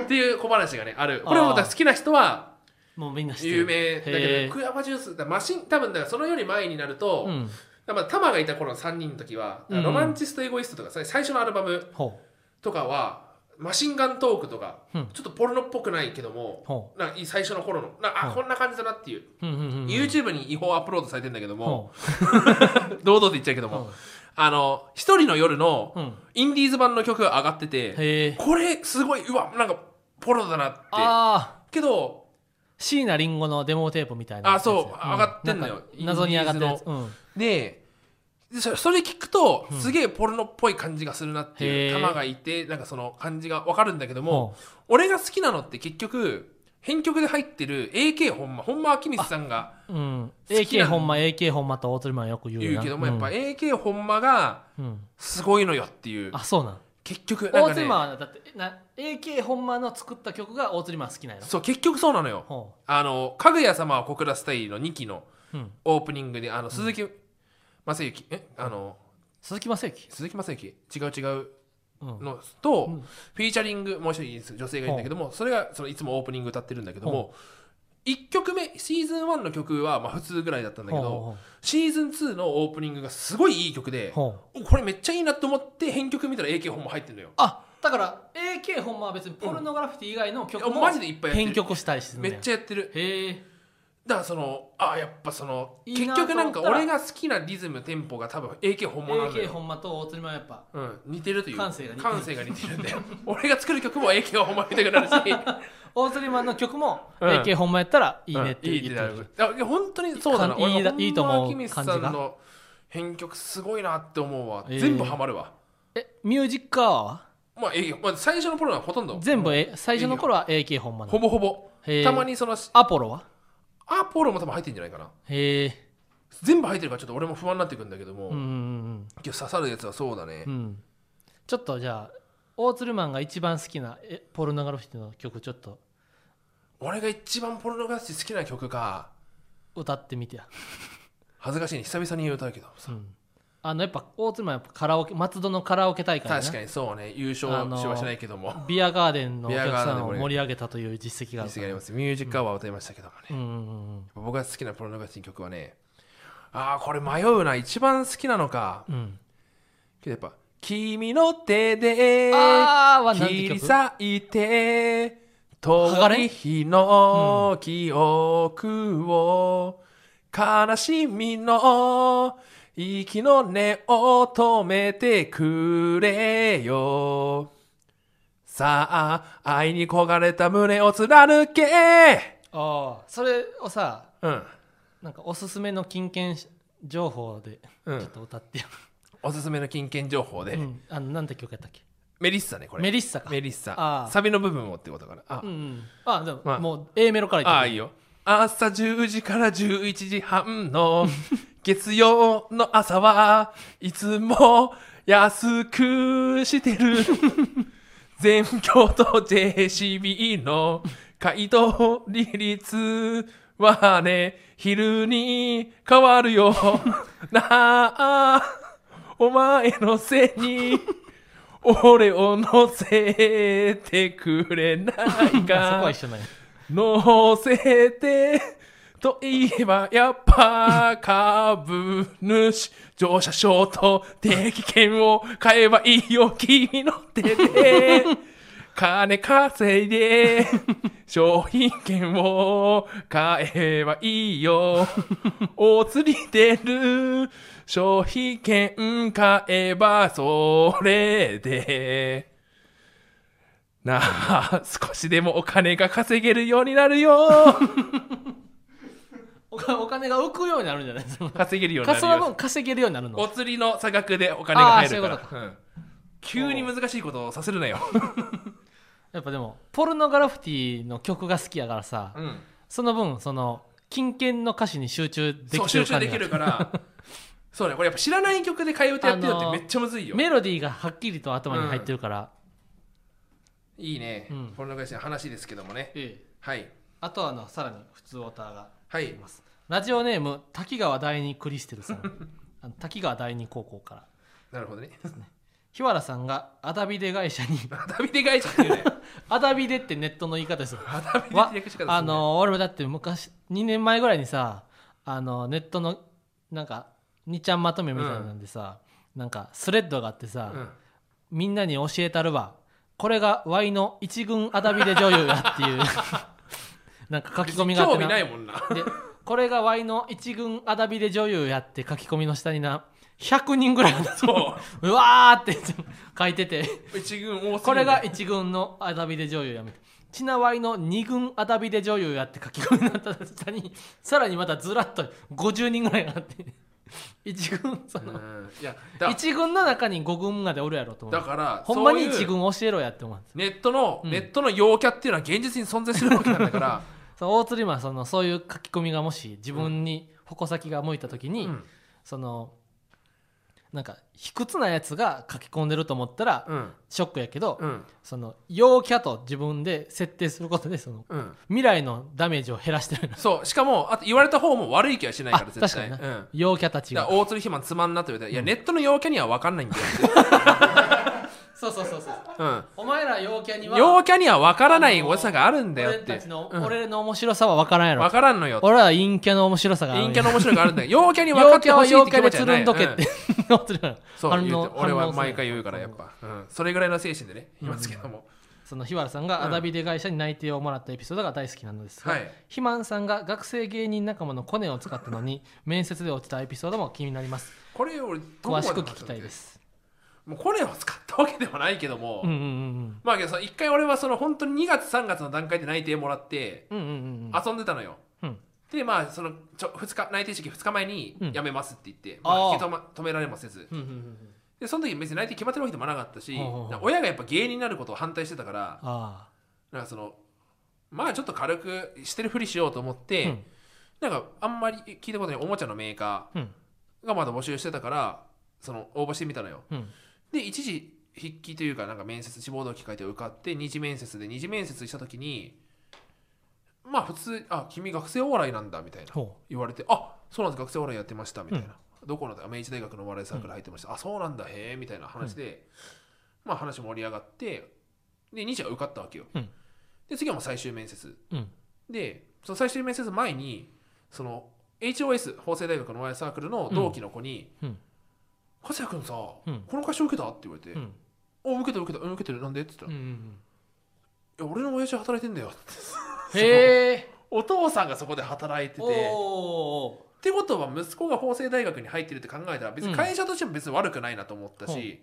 S2: ねっていう小話がねあるこれもだから好きな人は
S1: もうみんな知ってる。
S2: 有名だけど
S1: ど。
S2: グアバジュースだからマシン多分だからそのより前になると、
S1: うん。
S2: だからまあタマがいた頃の3人の時は、
S1: うん
S2: ロマンチストエゴイストとかさ最初のアルバム
S1: ほ
S2: とかはマシンガントークとか、
S1: うん
S2: ちょっとポルノっぽくないけども、
S1: ほ
S2: なんかいい最初の頃のなんかあ、
S1: うん
S2: こんな感じだなっていう、
S1: う。うんうんうん。
S2: YouTube に違法アップロードされてんだけども、
S1: ほ
S2: 堂々と言っちゃうけども、
S1: うん
S2: あの一人の夜の
S1: う。うん。
S2: インディーズ版の曲が上がってて、
S1: へえ。
S2: これすごいうわなんかポロだなって
S1: ああ、
S2: けど
S1: 椎名林檎のデモテープみたいな。謎に上がってる。うん。
S2: ででそそれ聞くと、すげえポルノっぽい感じがするなって
S1: へ
S2: い
S1: え
S2: う玉がいてなんかその感じがわかるんだけども、
S1: ほ
S2: 俺が好きなのって結局編曲で入ってる AK 本間本間明光さんが
S1: うん、
S2: 好き
S1: AK
S2: なの
S1: 本間 AK 本間と大鳥マンよく言うよ
S2: 言
S1: な
S2: うけども、やっぱ
S1: うん
S2: AK 本間が
S1: うん
S2: すごいのよっていう
S1: あそうなん
S2: 結局なん
S1: 大
S2: か、
S1: 鳥
S2: ね、
S1: マンはだってな AK 本間の作った曲が大鳥マン好きなんやろ
S2: そう結局そうなのよ
S1: ほ
S2: あの「かぐや様は小倉スタイル」の2期の
S1: う、うん、
S2: オープニングであの鈴木正幸、えあの
S1: 鈴木雅之、
S2: 鈴木正幸違う違う
S1: うん、
S2: のと、
S1: うん
S2: フィーチャリングもう一人女性がいるんだけどもそれがそのいつもオープニング歌ってるんだけども1曲目シーズン1の曲はまあ普通ぐらいだったんだけど
S1: ほう
S2: シーズン2のオープニングがすごいいい曲で
S1: ほうほう
S2: おこれめっちゃいいなと思って編曲見たら AK 本も入ってるのよ
S1: あだから AK 本間は別にポルノグラフィティ以外の曲
S2: いや
S1: も
S2: マジでいっぱいやってる
S1: 編曲したりする
S2: めっち
S1: ゃ
S2: ゃやってる
S1: へえ
S2: だからそのあやっぱその
S1: いい
S2: 結
S1: な
S2: 局なん
S1: と
S2: か
S1: 思ったら
S2: 俺が好きなリズムテンポが多分 AK 本物なんだ
S1: AK
S2: よ
S1: 本間と大鳥マンはやっぱ
S2: うん、似てるという
S1: 感性が似てる
S2: 感性が似てるんだよ俺が作る曲も AK 本物みたいになるし
S1: 大鳥マンの曲も
S2: うん
S1: AK 本間やったらいいねって
S2: うん
S1: 言
S2: い
S1: っ
S2: い
S1: て
S2: って
S1: る
S2: なるあいや本当にそうだな
S1: かんいいだいいと思う
S2: 明さ
S1: 感じ
S2: ん
S1: が
S2: の編曲すごいなって思うわ、
S1: えー
S2: 全部ハマるわ
S1: えミュージックアワーは
S2: まあ、ええよまあ、最初の頃はほとんど
S1: 全部え最初の頃は AK 本間な
S2: ほ
S1: の
S2: ぼほぼ
S1: へー
S2: たまにその
S1: アポロは
S2: アポロも多分入ってんじゃないかな
S1: へえ
S2: 全部入ってるからちょっと俺も不安になってくるんだけども、
S1: うんうんうん
S2: 今日刺さるやつはそうだね、
S1: うんうんちょっとじゃあ大鶴マンが一番好きなえポルノガロフィティの曲ちょっと
S2: 俺が一番ポルノグラフィティ好きな曲か
S1: 歌ってみてや、
S2: 恥ずかしいね久々に歌うけど
S1: う
S2: さ、
S1: ん、あのやっぱ大鶴マンやっぱカラオケ松戸のカラオケ大会な
S2: 確かにそうね優勝
S1: あのー
S2: はしないけども、
S1: ビアガーデンのお客さんを
S2: ビアガーデンで盛り上げ
S1: 盛り上げたという実績がある
S2: 実績ありますミュージックアワーを歌いましたけどもね、
S1: うんうんうんうん
S2: 僕が好きなポルノグラフィティの曲はねああこれ迷うな一番好きなのか
S1: うん、
S2: けどやっぱ「君の手で
S1: あーは何
S2: 切
S1: て
S2: り
S1: 曲
S2: 裂いて
S1: 剥が
S2: 遠
S1: れ
S2: い日の記憶を悲しみの息の根を止めてくれよさあ愛に焦がれた胸を貫け
S1: ああそれをさ
S2: うん
S1: なんかおすすめの金券情報で
S2: う
S1: ちょっ
S2: ん、
S1: と歌ってよ、
S2: おすすめの金券情報で、
S1: うんあのなんて曲やったっけ
S2: メリッサねこれ
S1: メ
S2: メリ
S1: リッサか
S2: ッサ
S1: あー
S2: サビの部分をってことかなあ、
S1: うんうん、あでも、
S2: まあ
S1: もう A メロからい
S2: ああいいよ朝10時から11時 半の月曜の朝はいつも安くして る全教と JCB の回答利率はね昼に変わ るよなあお前のせ いに俺を乗せてくれないか
S1: そこは一緒なんや
S2: 乗せてといえばやっぱ株主乗車証と定期券を買えばいいよ君の手で金稼いで商品券を買えばいいよお釣り出る商品券買えばそれでなあ、少しでもお金が稼げるようになるよ。
S1: お金お金が浮くようになるんじゃないその
S2: 稼げるように
S1: か
S2: な
S1: そ
S2: る
S1: の
S2: よ。
S1: 分稼げるようになる
S2: お
S1: の
S2: 釣りの差額でお金が入るか
S1: あーそういう
S2: ら。
S1: こ
S2: うん急に難しいことをさせるなよ。
S1: やっぱでもポルノグラフィティの曲が好きやからさ、
S2: うん。
S1: その分その金券の歌詞に集中で
S2: そう、
S1: きてる
S2: 集中
S1: 感じ
S2: でき
S1: が
S2: る から。そうね、これやっぱ知らない曲で替え歌やってるのってめっちゃむずいよ。
S1: メロディーがはっきりと頭に入ってるから、
S2: いいね
S1: うん。
S2: この会社の話ですけどもね。
S1: ええ
S2: はい。
S1: あとはあのさらに普通オターが
S2: はい
S1: い。ますラジオネーム滝川第二クリステルさん あの滝川第二高校から
S2: なるほどね。
S1: 日原さんがアダビデ会社に
S2: アダビデ会社っていう ね。
S1: アダビデってネットの言い方ですよ
S2: アダビデ
S1: わ
S2: 会社から
S1: あの俺もだって昔2年前ぐらいにさあのネットのなんか2ちゃんまとめみたいなんでさ、なんかスレッドがあってさ、
S2: うん。
S1: みんなに教えたるわこれが Y の一軍アダビデ女優やっていう なんか書き込みがあっ
S2: 興
S1: てな
S2: 味ないもん な。
S1: でこれが Y の一軍アダビデ女優やって書き込みの下にな100人ぐらい
S2: そう
S1: わーって書いてて。
S2: 一軍多すぎるね
S1: これが1軍のアダビデ女優やめてちなわいの2軍アダビデ女優やって書き込みになった下にさらにまたずらっと50人ぐらいがあって1軍そうの
S2: んいや、だ
S1: 1軍の中に5軍までおるやろと思
S2: だ
S1: う
S2: から、
S1: ほんまに
S2: そういう
S1: 1軍教えろやって思う
S2: ネットの、
S1: うん
S2: ネットの陽キャっていうのは現実に存在するわけなんだから、
S1: その大釣りマンそのそういう書き込みがもし自分に矛先が向いた時に、
S2: うん
S1: そのなんか卑屈なやつが書き込んでると思ったら、
S2: うん
S1: ショックやけど、
S2: うん
S1: その陽キャと自分で設定することでその
S2: うん
S1: 未来のダメージを減らしてる
S2: そうしかもあと言われた方も悪い気はしないか
S1: あ
S2: ら絶対
S1: 確かにな
S2: うん
S1: 陽キャたち
S2: だ
S1: が
S2: から大鶴ひまんつまんなと言われたら、いやネットの陽キャには分かんないんだよって、
S1: そうそうそうそう
S2: うん、
S1: お前ら陽キャには
S2: 陽キャには分からない良さがあるんだよっ
S1: 俺
S2: て
S1: たちの、
S2: うん
S1: 俺の面白さは分からんやろ
S2: 分からんのよ
S1: 俺らは陰キャの面白さがある
S2: 陰キャの面白いがあるんだよ陽キャに分か
S1: 陽キ
S2: って
S1: ャ
S2: ほ
S1: は
S2: しいっ
S1: 陽
S2: て
S1: キ
S2: 気
S1: ャで
S2: 持ち
S1: つ
S2: はな
S1: る
S2: い
S1: んどけって、
S2: そう
S1: 反応
S2: 言うて俺
S1: 反応
S2: は
S1: する
S2: 毎回言うからやっぱ、うん、それぐらいの精神でねいますけども、
S1: その日原さんがアダビデ会社に内定をもらったエピソードが大好きなのですが、
S2: はい
S1: 肥満さんが学生芸人仲間のコネを使ったのに面接で落ちたエピソードも気になります
S2: これ俺
S1: 詳しく聞きたいです
S2: もうこれを使ったわけではないけども、
S1: うんうんうん
S2: まあけどさ一回俺はその本当に2月3月の段階で内定もらって
S1: うんうんうんうん
S2: 遊んでたのよ、
S1: うん
S2: でまあそのちょ2日内定式2日前に
S1: うん
S2: 辞めますって言って、
S1: あ
S2: ま
S1: ー
S2: あ、引き止,、ま、止められもせず
S1: うんうんうんうん
S2: でその時別に内定決まってるわけでもなかったし、
S1: ほうほうほう
S2: なんか親がやっぱ芸人になることを反対してたから
S1: あ
S2: なんかそのまあちょっと軽くしてるふりしようと思って、
S1: うん
S2: なんかあんまり聞いたことないおもちゃのメー
S1: あ
S2: カ
S1: うん
S2: ーがまだ募集してたからその応募してみたのよ、
S1: うん
S2: で一時筆記というかなんか面接志望動機書いて受かって二次面接で二次面接した時にまあ普通「あ君学生お笑いなんだ」みたいな
S1: ほ
S2: 言われて「あそうなんです学生お笑いやってました」みたいな「どこのだ明治大学のお笑いサークル入ってました」あそうなんだへえ」みたいな話で、まあ話盛り上がってで二次は受かったわけよ、
S1: うん
S2: で次はもう最終面接
S1: ううん
S2: でその最終面接前にその HOS 法政大学のお笑いサークルの同期の子に
S1: うんうん
S2: 「加瀬君さ、
S1: うん
S2: この会社受けた?」って言われて「
S1: うん
S2: お受けた受けたうん受けてるなんでって言っ
S1: うんう
S2: たら、
S1: ん
S2: いや俺の親父働いてんだよって
S1: うんへえ
S2: お父さんがそこで働いてて
S1: お
S2: っ
S1: おー
S2: てことは息子が法政大学に入ってるって考えたら別
S1: う
S2: に
S1: ん
S2: 会社としても別に悪くないなと思ったし、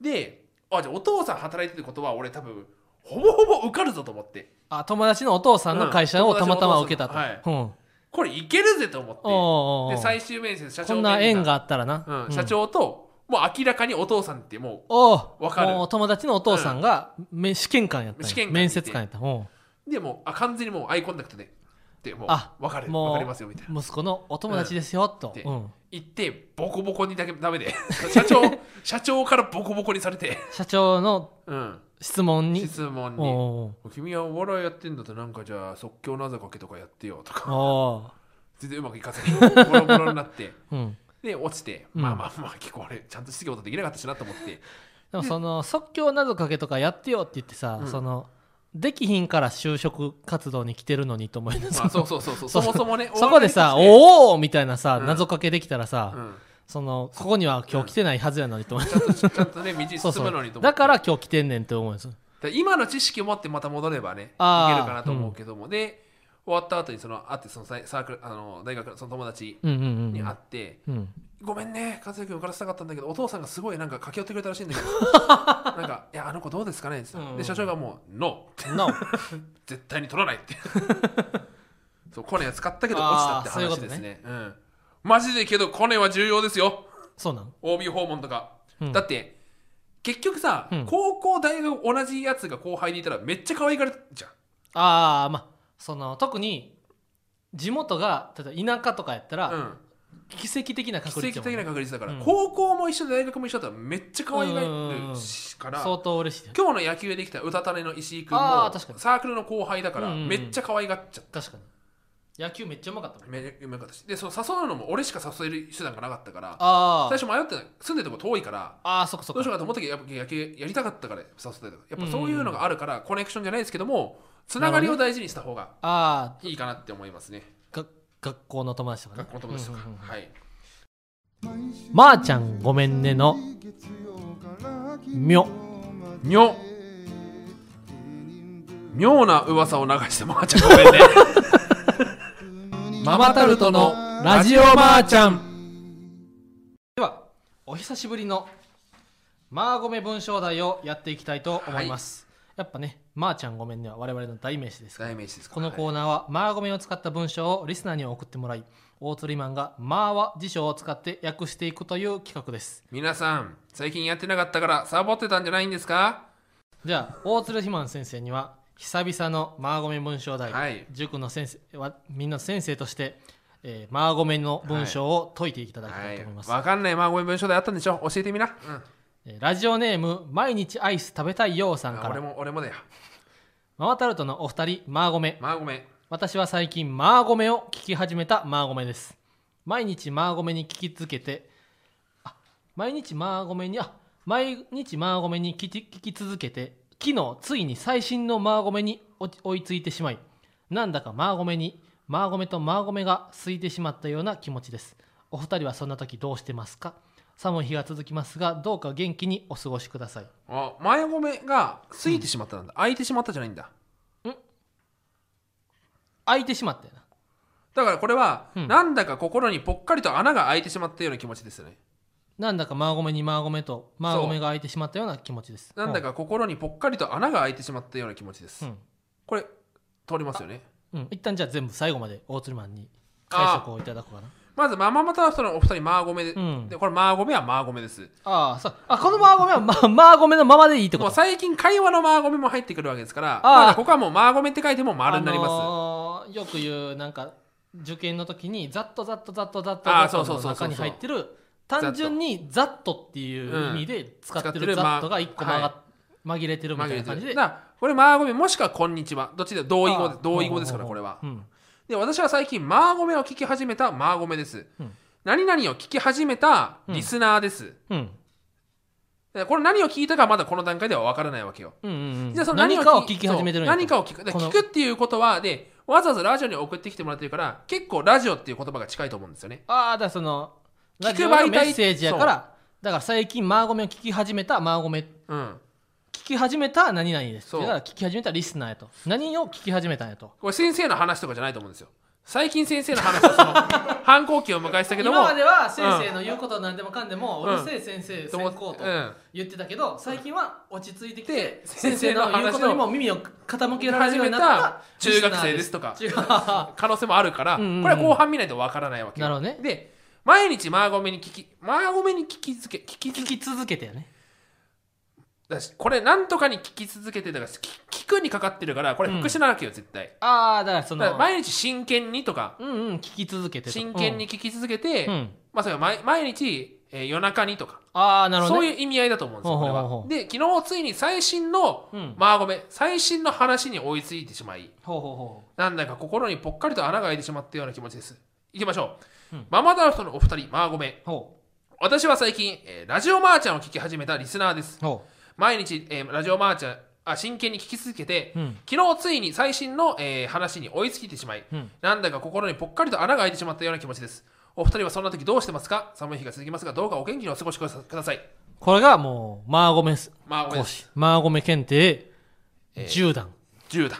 S2: であじゃあお父さん働いてるってことは俺多分ほぼほぼ受かるぞと思って
S1: あ友達のお父さんの会社をたまたま受けたと、
S2: うん友達
S1: うん
S2: これいけるぜと思っ
S1: おうおうおう
S2: てで最終面接社長
S1: こんな縁があ
S2: 面
S1: ったらな、
S2: 談、う、
S1: うんん
S2: 社長と、もう明らかにお父さんっても
S1: おう
S2: わかる
S1: もう友達のお父さんが、め試験官やったんや
S2: 試験官
S1: 面接官やったお
S2: うでもうあ完全にもうアイコンタクトででもう
S1: あ
S2: 分かる
S1: もう
S2: 分かりますよみたいな
S1: う息子のお友達ですよ、と、
S2: で
S1: うん、
S2: 行ってボコボコにだけダメで社 長社長からボコボコにされて、
S1: 社長の
S2: うん、
S1: 質問に
S2: 質問
S1: おう
S2: に
S1: おう
S2: 「君はお笑いやってんだとなんかじゃあ即興なざかけとかやってよ」と か
S1: お
S2: 全然うまくいかずにボロボロになって
S1: う、うん、
S2: で落ちて、
S1: うん
S2: まあまあまあ結構あれちゃんと質疑応答できなかったしなと思って
S1: でもその即興謎かけとかやってよって言ってさ、
S2: うん
S1: そのできひんから就職活動に来てるのにと思いな
S2: まあそ う
S1: そ
S2: そうそうそ
S1: そ
S2: うそう もそもね
S1: そこでさ「
S2: お笑いと
S1: おお!」みたいなさ、
S2: うん
S1: 謎かけできたらさ、
S2: してうん
S1: そのここには今日来てないはずやのにと思う
S2: ちゃんとちゃんとね道に
S1: そうそ
S2: 進むのにと思って
S1: うだから今日来てんねんって思うんですよ
S2: だから今の知識を持ってまた戻ればね
S1: あー
S2: いけるかなと思うけども、で終わった後にその会ってそのサイサークルあの大学のその友達
S1: うんうんうん
S2: に
S1: う
S2: 会っ
S1: ん
S2: て、
S1: うん
S2: ごめんね和也君受からせたかったんだけどお父さんがすごいなんか駆け寄ってくれたらしいんだけ どなんか「いやあの子どうですかね?」って言ってた
S1: うん
S2: で社長がもう「NO」
S1: No
S2: 絶対に取らないって そうコネは使ったけど落ち
S1: あ
S2: た
S1: ー
S2: って
S1: そういうこ
S2: 話
S1: と
S2: で
S1: ね
S2: すねうんマジでけどコネは重要ですよ
S1: そうなん
S2: OB 訪問とか、
S1: うん
S2: だって結局さ、
S1: うん
S2: 高校大学同じやつが後輩にいたらめっちゃ可愛がるじゃん
S1: ああまあその特に地元が例えば田舎とかやったら、
S2: うん、
S1: 奇跡的な確
S2: 奇
S1: 率
S2: 跡
S1: やもんね
S2: 的な確率だから、
S1: うん
S2: 高校も一緒で大学も一緒だったらめっちゃ可愛がるしから
S1: 相当嬉しいよ
S2: 今日の野球できたうたたねの石井君も
S1: あー確かに
S2: サークルの後輩だから
S1: うんうんうん
S2: めっちゃ可愛がっちゃっ
S1: 確かに野球めっちゃうまかったもん
S2: た、めうまかったしでその誘うのも俺しか誘える手段がなかったから
S1: あ
S2: 最初迷ってた住んでるとこ遠いから
S1: ああそっかそっ
S2: どうし
S1: か
S2: ようかと思ったけどやっぱ野球やりたかったから誘ってたやっぱそういうのがあるからコネクションじゃないですけどもつながりを大事にした方が
S1: あ
S2: いいかなって思いますね
S1: あが学校の友達とかね
S2: 学校の友達とか、
S1: うんうんうん
S2: はい
S1: まー、ちゃんごめんねのみょ
S2: にょ妙な噂を流してまーちゃんごめんね
S1: ママタルトのラジオまーちゃんではお久しぶりのまーごめ文章題をやっていきたいと思います、やっぱねまーちゃんごめんねは我々の代名詞ですから
S2: 代名詞ですか
S1: このコーナーはマーゴメを使った文章をリスナーに送ってもらい大釣りマンが「マーは辞書を使って訳していくという企画です
S2: 皆さん最近やってなかったからサボってたんじゃないんですか
S1: じゃあ大鶴ひまん先生には久々のマーゴメ文章題、
S2: はい
S1: 塾の先生はみんな先生として、えーマーゴメの文章を解いていただき
S2: は
S1: たい
S2: い
S1: と思います、
S2: わかんないまあごめん文章であったんでしょ教えてみな、うん
S1: えーラジオネーム毎日アイス食べたいようさんか
S2: あ俺
S1: ら
S2: も俺もだよ
S1: ママタルトのお二人マーゴメ
S2: まあごめん
S1: 私は最近マーゴメを聞き始めたマーゴメです毎日マーゴメに聞きつけてあ毎日マーゴメにあ毎日マーゴメに聞き聞き続けて昨日ついに最新のマーゴメに追追いついてしまいなんだかマーゴメにマーゴメとマーゴメがついてしまったような気持ちですお二人はそんな時どうしてますか寒い日が続きますがどうか元気にお過ごしください
S2: あ前ごめんが過ぎてしまったなんだ、空いてしまったじゃないんだ
S1: 空いてしまったよな
S2: だからこれは、
S1: うん
S2: なんだか心にぽっかりと穴が開いてしまったような気持ちですよね
S1: なんだかマーゴメにマーゴメとマーゴメが空いてしまったような気持ちです
S2: なんだか心にぽっかりと穴が開いてしまったような気持ちです、
S1: うん
S2: これ通りますよね
S1: うん、一旦じゃあ全部最後まで大鶴マンに解釈をいただこうかな
S2: まずマママタフトのお二人マーゴメで,、
S1: うん
S2: でこれマーゴメはマーゴメです
S1: ああそうあこのマーゴメはまマーゴメのままでいいってこ
S2: もう
S1: と
S2: 最近会話のマーゴメも入ってくるわけですから
S1: あー
S2: だからここはもうマーゴメって書いても丸になります、
S1: あのーよく言うなんか受験の時にざっとざっとざっとざっと
S2: あ
S1: ざ
S2: ー
S1: っと
S2: そう
S1: の
S2: そうそうそ
S1: 中
S2: う
S1: に入ってる単純にざっとっていう意味で使ってるざっとが一個曲
S2: 使っ
S1: が紛れてるみ
S2: 紛
S1: たい
S2: れ
S1: な
S2: て
S1: 感じ
S2: る
S1: で
S2: だからこれマーゴメもしくはこんにちはどっちで同意語
S1: あ
S2: で
S1: ー
S2: 同意語ですから
S1: ほ
S2: こ
S1: う
S2: れ
S1: ほう
S2: は
S1: ほううん
S2: で私は最近マーゴメを聞き始めたマーゴメです、
S1: うん
S2: 何々を聞き始めたリスナーです、
S1: うん
S2: でこれ何を聞いたかまだこの段階では分からないわけよ、
S1: うんうんうん
S2: じゃあその
S1: 何
S2: を
S1: かを聞き始めてるん
S2: そ
S1: や
S2: う何かを聞くで
S1: この
S2: 聞くっていうことはでわざわざラジオに送ってきてもらってるから結構ラジオっていう言葉が近いと思うんですよね
S1: ああだからその
S2: 聞
S1: ラ
S2: く
S1: ジオ
S2: 媒体
S1: のメッセージやからだから最近マーゴメを聞き始めたマーゴメ
S2: うん
S1: 聞き始めた何々です
S2: そう
S1: だから聞き始めたリスナーやと何を聞き始めたんやと
S2: これ先生の話とかじゃないと思うんですよ最近先生の話は その反抗期を迎えてたけども
S1: 今までは先生の言うことなんでもかんでも、
S2: うん
S1: うるせえ先生
S2: と
S1: 先
S2: 思っ
S1: 行と
S2: うん
S1: 言ってたけど最近は落ち着いてきて
S2: で
S1: 先生の言うことにも耳を傾けられるようになった
S2: 始めた中学生ですとか
S1: リスナーです
S2: 可能性もあるから、
S1: うんうんうん
S2: これは後半見ないとわからないわけ
S1: なるほどね
S2: で毎日マーゴメに聞きマーゴメに聞き続け聞き
S1: 聞
S2: 続け
S1: き続けてよね
S2: だしこれなんとかに聞き続けてだから聞聞くにかかってるからこれ
S1: うん
S2: 復習なわけよ絶対、
S1: ああだからそ
S2: だか
S1: の
S2: ら毎日真剣にとか
S1: うんうん聞き続けてと
S2: 真剣に聞き続けて、
S1: うん、うん
S2: まあそれは毎毎日、えー夜中にとか
S1: ああなるほど、
S2: そう
S1: ね、
S2: いう意味合いだと思うんですよ
S1: ほ
S2: こ
S1: う
S2: れ
S1: ほうほう
S2: はで昨日ついに最新の
S1: そういう、うん、
S2: マーゴメ最新の話に追いついてしまい
S1: ほうほうほ
S2: なんだか心にぽっかりと穴が開いてしまったような気持ちですいきましょう、
S1: うん
S2: ママダルトのお二人マーゴメ
S1: うほ
S2: 私は最近、えーラジオマーちゃんを聞き始めたリスナーです
S1: うほ
S2: 毎日、えーラジオマーちゃんあ真剣に聞き続けて
S1: ううん
S2: 昨日ついに最新の、えー話に追いついてしまい
S1: うん
S2: なんだか心にぽっかりと穴が開いてしまったような気持ちですお二人はそんな時どうしてますか寒い日が続きますがどうかお元気にお過ごしください
S1: これがもうマーゴメス
S2: マーゴメ
S1: 講
S2: です
S1: 師マーゴメ検定
S2: えー
S1: 10段、
S2: 10段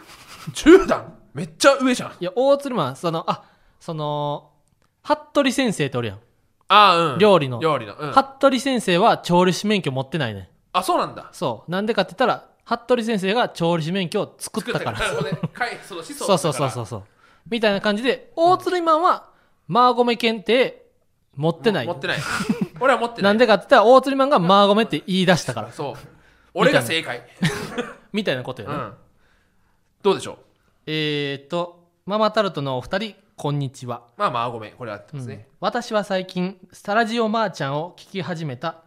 S2: 10段めっちゃ上じゃん
S1: いや大鶴マンそのあその服部先生っておるやん、
S2: あーうん
S1: 料理の
S2: 料理の、うん、
S1: 服部先生は調理師免許持ってないね
S2: あそうなんだ
S1: そうなんでかって言ったら服部先生が調理師免許を作ったから
S2: なるほどねはいその子孫
S1: そうそうそうそうそうみたいな感じで大鶴マンはマーゴメ検定持ってな
S2: だから
S1: い
S2: 持ってない俺は持ってない
S1: なんでかって言ったら大釣りマンがマーゴメって言い出したから
S2: そう俺が正解
S1: みたいなことよ
S2: う
S1: ね、
S2: んどうでしょう
S1: えー、っとママタルトのお二人こんにちは、
S2: まあまあごめんこれは合って
S1: う
S2: ます
S1: ん
S2: ね、
S1: 私は最近サラジオマーちゃんを聞き始めた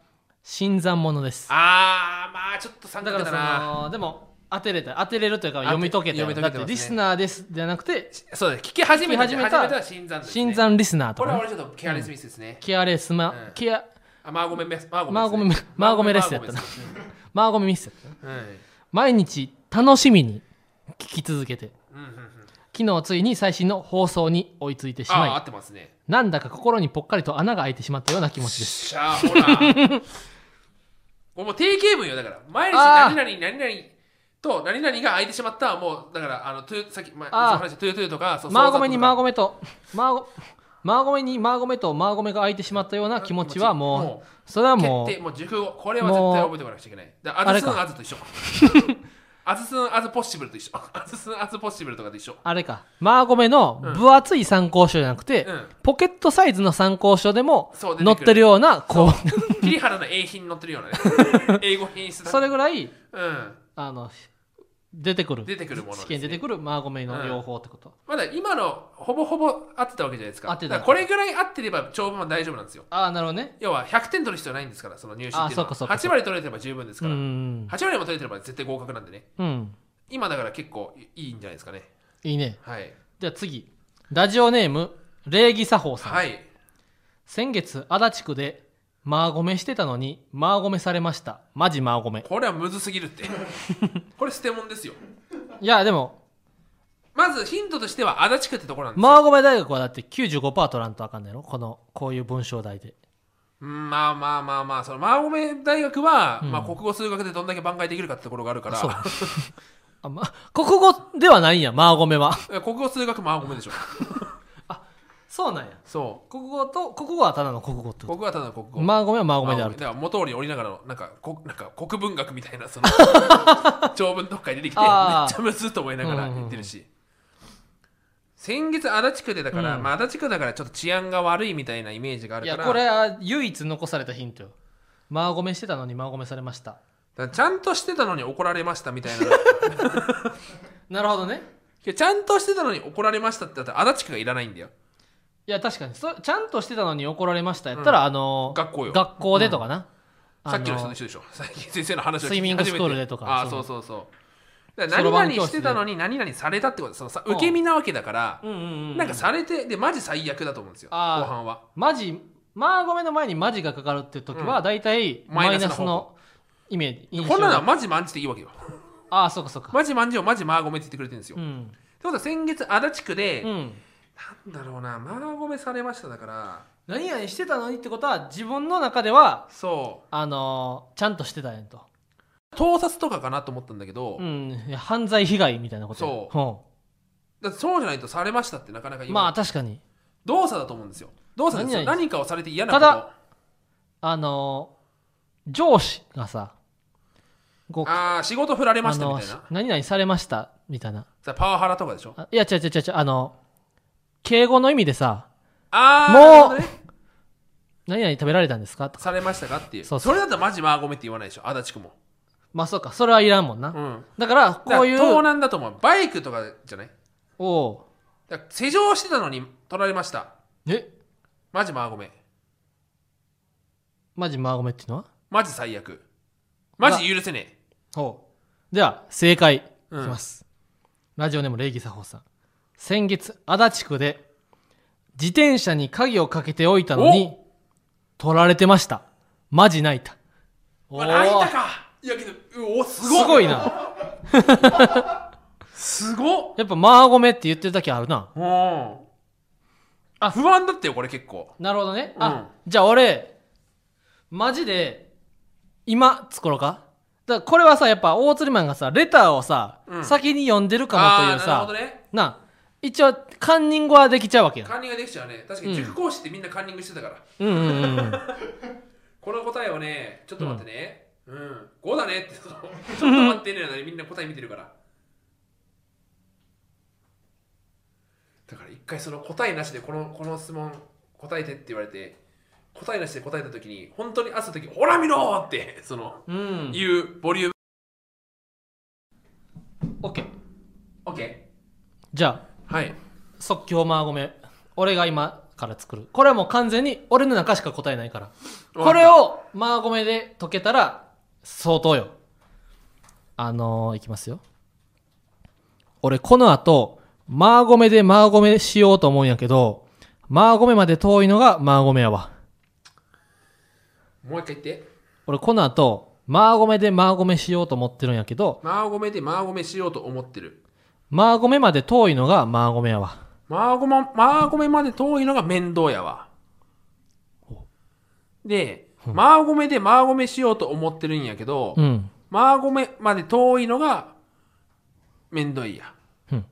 S1: 新参者です
S2: あーまあちょっと
S1: だ
S2: 三
S1: か
S2: 角
S1: ら
S2: だ
S1: そ
S2: な
S1: のでも当てれた当てれるというか読み解けたよ
S2: 読み
S1: だ
S2: 解
S1: っ
S2: けてますね
S1: てリスナーですじゃなくて
S2: そうだね聞き始めた
S1: 聞き始め
S2: 初
S1: た
S2: めたは新山です、ね、
S1: 新参リスナーと
S2: これ
S1: か、
S2: は
S1: ね、
S2: 俺ちょっとケアレスミスですね、
S1: ケアレスマ、
S2: うん
S1: ケア
S2: あまあごめんめまあごめん
S1: マーゴメマーゴメレスやったなマーゴメミス
S2: うん
S1: 毎日楽しみに聞き続けて
S2: うんうんうん
S1: 昨日ついに最新の放送に追いついてし
S2: あ
S1: ま
S2: あ
S1: い
S2: 合ってます ね
S1: なんだか心にぽっかりと穴が開いてしまったような気持ちです。
S2: しゃあほらこれもう定型文よだから毎日何々何々と何々が空いてしまったはもうだからあのトゥさっき、ま
S1: あー
S2: あ、その話トゥートゥーとかそう
S1: マーゴメにマー
S2: ゴ
S1: ゴメと、マーゴ、マーゴメにマーゴメとマーゴメが開いてしまったような気持ちはもう、それは
S2: う
S1: も
S2: 決
S1: う、
S2: 定もう熟語これは絶対覚えておかなくちゃいけないだからアズス
S1: あれ
S2: ン
S1: か
S2: アズと一緒 アズスンアズポッシブルと一緒アズスンアズポッシブルとかと一緒
S1: あれか、マーゴメの分厚い参考書じゃなくて
S2: うん、
S1: ポケットサイズの参考書でも
S2: そう出てくる
S1: 載ってるような、こ
S2: 桐原の英品載って るようなね英語品質
S1: う、
S2: だ
S1: それぐらい、
S2: うん
S1: あの、出てくる。
S2: 出てくるものです
S1: 試
S2: ね
S1: 験出てくるマーゴメの両方ってこと。
S2: まだ今のほぼほぼ合ってたわけじゃないですか
S1: 合ってた
S2: だからこれぐらい合ってれば長文は大丈夫なんですよ
S1: ああ、なるほどね。
S2: 要は100点取る必要ないんですからその入試っていうのは
S1: あそうかそうか
S2: 8割取れてれば十分です
S1: う
S2: から、
S1: ん。
S2: 8割も取れてれば絶対合格なんでね
S1: うん。
S2: 今だから結構いいんじゃないですかね
S1: いいね。
S2: はい
S1: じゃあ次。ラジオネーム、礼儀作法さん。
S2: はい
S1: 先月足立区でマーゴメしてたのにマーゴメされましたマジマーゴメ
S2: これはむずすぎるって これ捨て物ですよ
S1: いやでも
S2: まずヒントとしては足立区ってところなんですよ、
S1: マーゴメ大学はだって95%取らんとあかんのやろこのこういう文章題で
S2: うんまあまあまあまあそのマーゴメ大学は、
S1: うん
S2: まあ、国語数学でどんだけ挽回できるかってところがあるか
S1: そう
S2: ら
S1: あ、ま、国語ではないんやマーゴメは
S2: 国語数学マーゴメでしょ
S1: そうなんや
S2: そう
S1: 国語と国語はただの国語ってこ
S2: 僕はただの国
S1: と
S2: 語。
S1: マーゴメはマーゴメである
S2: だから元通り降りながらのなんかこなんか国文学みたいな その長文読解出てきてめっち
S1: あー
S2: ゃむずっと思いながら言ってるし、先月足立区でだから、
S1: うん
S2: まあ、足立区だからちょっと治安が悪いみたいなイメージがあ
S1: い
S2: るか
S1: や
S2: ら
S1: これは唯一残されたヒントよマーゴメしてたのにマーゴメされました
S2: だからちゃんとしてたのに怒られましたみた いない
S1: なるほどね
S2: やちゃんとしてたのに怒られましたってだったら足立区がいらないんだよ
S1: いや確かにそちゃんとしてたのに怒られましたやったら、あの
S2: 学校よ
S1: 学校でとかな、あ
S2: さっきの人と一緒でしょ最近先生の話を聞き始めて
S1: スイミングスクールでとか
S2: ああ
S1: そ
S2: そううそうそうだか
S1: そろ
S2: ら
S1: ばん
S2: 何
S1: 教
S2: 々
S1: 室
S2: し
S1: で
S2: てたのに何々されたってことそのさ受け身なわけだから、
S1: うんうんうん、
S2: なんかされてでマジ最悪だと思うんですよ後
S1: あー
S2: 半は
S1: マジマーゴメの前にマジがかかるって時は
S2: うん
S1: 大体マイナス
S2: マイナスの方
S1: のイメージ印象
S2: こんなのはマジマンチでいいわけよ
S1: ああそうかそうか
S2: マジマンジをマジマーゴメって言ってくれてるんですよ、
S1: う
S2: って
S1: ん、
S2: ことは先月足立区で
S1: う、ん、
S2: なんだろうなマーゴメされましただから
S1: 何々してたのにってことは自分の中では
S2: そ
S1: あのーちゃんとしてたんやと、
S2: う盗撮とかかなと思ったんだけど、
S1: うん、いや犯罪被害みたいなことや
S2: そう
S1: ほ
S2: だってそうじゃないとされましたってなかなか言
S1: ま
S2: わな
S1: あ
S2: い
S1: 確かに
S2: 動作だと思うんですよ動作ですよ
S1: 何々
S2: 何かをされて嫌なこと
S1: ただあのー上司がさこう
S2: ああ仕事振られま
S1: あ
S2: したみ
S1: の
S2: たいな
S1: 何々されましたみたいな
S2: さパワハラとかでしょ
S1: あいや違う違う違う違うあの敬語の意味でさ
S2: ああ
S1: もう
S2: なるほどね
S1: 何々食べられたんですかとか
S2: されましたかっていう
S1: そそ
S2: そう
S1: う
S2: れだったらマジマーゴメって言わないでしょ足立区も
S1: まあそうかそれはいらんもんな、
S2: うん
S1: だからこうい
S2: だから盗
S1: う
S2: 難だと思うバイクとかじゃない
S1: おう
S2: だから施錠してたのに取られました
S1: え
S2: マジマーゴメ
S1: マジマーゴメっていうのは
S2: マジ最悪マジ許せね
S1: ほうでは正解いき
S2: うん
S1: ます、ラジオネーム礼儀作法さん先月足立区で自転車に鍵をかけておいたのに取られてましたマジ泣いた
S2: え
S1: お
S2: まあ
S1: ー
S2: 泣いたかいやけどうおす
S1: す
S2: ごい
S1: ごいな
S2: すごっ
S1: やっぱマーゴメって言ってるだけあるな
S2: うん
S1: あ
S2: 不安だったよこれ結構
S1: なるほどね、
S2: うん
S1: あじゃあ俺マジで今作ろうかだからこれはさやっぱ大釣りマンがさレターをさ、
S2: うん
S1: 先に読んでるかもとい
S2: あ
S1: う
S2: あーなる
S1: さ
S2: ほどね
S1: なあ一応カンニングはできちゃうわけやん
S2: カンニングができちゃうね確かに塾講師ってみんなカンニングしてたから、
S1: うんうんうんうん
S2: この答えをねちょっと待ってねうん、5だねってそのちょっと待ってねなのにみんな答え見てるからだから一回その答えなしでこのこの質問答えてって言われて答えなしで答えた時に本当に朝の時「ほら見ろ!」ってその
S1: うん
S2: 言うボリューム
S1: オッケー
S2: OK
S1: じゃあ
S2: はい
S1: 即興マーゴメ俺が今から作るこれはもう完全に俺の中しか答えないからこれをマーゴメで解けたら相当よあのー、いきますよ俺この後マーゴメでマーゴメしようと思うんやけどマーゴメまで遠いのがマーゴメやわ
S2: もう一回言って
S1: 俺この後マーゴメでマーゴメしようと思ってるんやけど
S2: マーゴメでマーゴメしようと思ってる
S1: マーゴメまで遠いのがマーゴメやわ
S2: マーゴマ、マーゴメまで遠いのが面倒やわ。で、マーゴメでマーゴメしようと思ってるんやけど、
S1: うん
S2: マーゴメまで遠いのが面倒いや。
S1: うん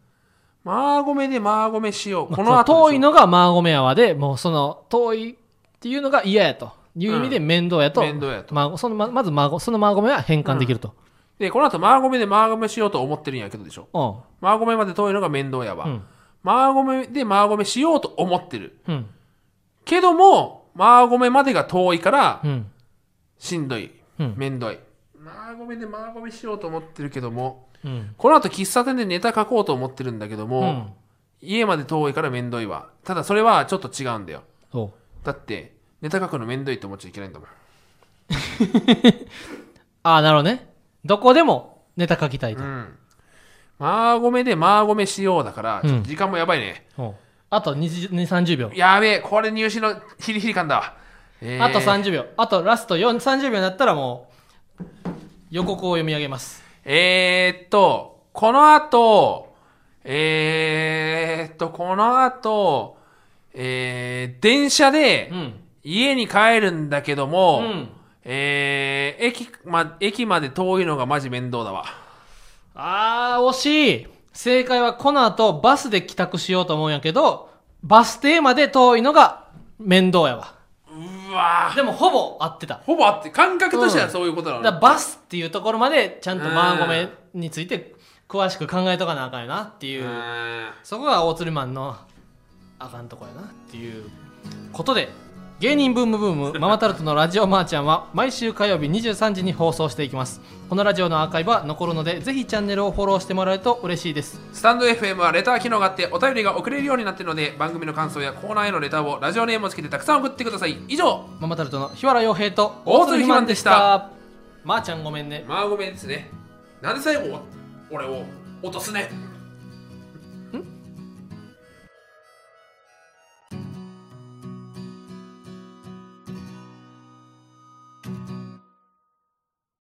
S2: マーゴメでマーゴメしよう。こ
S1: こ
S2: の
S1: の
S2: 後
S1: 遠い
S2: の
S1: のがマーゴメやわでもうその遠いっていうのが嫌やという意味で面倒やと,、
S2: 面倒やと。
S1: マーゴそのままずマーゴそのマーゴメは変換できると、
S2: で、この後マーゴメでマーゴメしようと思ってるんやけどでしょ。
S1: うん
S2: マーゴメまで遠いのが面倒やわ。
S1: うん
S2: マーゴメでマーゴメしようと思ってる。
S1: うん
S2: けども、マーゴメまでが遠いから、
S1: うん
S2: しんどい、
S1: うん
S2: めんどい。まあごめんね、まあごめんしようと思ってるけども、
S1: うん
S2: この後喫茶店でネタ書こうと思ってるんだけども、
S1: うん
S2: 家まで遠いからめんどいわ。ただそれはちょっと違うんだよ。
S1: そう
S2: だって、ネタ書くのめんどいって思っちゃいけないんだもん。
S1: ああなるほどねどこでもネタ書きたいと、
S2: うん。まあごめでまあごめしようだから、
S1: うん
S2: ちょっと時間もやばいね。
S1: うんあと2 30秒
S2: やべえ、これ入試のヒリヒリ感だわ。えー
S1: あと30秒あとラスト4 30秒になったらもう予告を読み上げます
S2: えー、っと、この後、えー、っと、この後、えー、電車で
S1: うん
S2: 家に帰るんだけども、
S1: うん
S2: えー、駅ま、駅まで遠いのがマジ面倒だわ。
S1: あー、惜しい正解はこの後バスで帰宅しようと思うんやけど、バス停まで遠いのが面倒やわ。
S2: うわぁ。
S1: でもほぼ合ってた。
S2: ほぼあって、感覚として
S1: う
S2: は
S1: ん
S2: そういうこと
S1: だ
S2: なの、
S1: からバスっていうところまでちゃんとマーゴメについて詳しく考えとかなあかんよなっていうう、
S2: ーん
S1: そこが大釣りマンのあかんとこやなっていうことで、芸人ブームブームママタルトのラジオマーちゃんは毎週火曜日23時に放送していきます。このラジオのアーカイブは残るので、ぜひチャンネルをフォローしてもらえると嬉しいです。
S2: スタンド FM はレター機能があってお便りが送れるようになっているので番組の感想やコーナーへのレターをラジオネームをつけてたくさん送ってください以上
S1: ママタルトの日原洋平と
S2: 大鶴肥満でした。
S1: まーちゃんごめんね。
S2: マーゴメですねなんで最後お俺を落とすね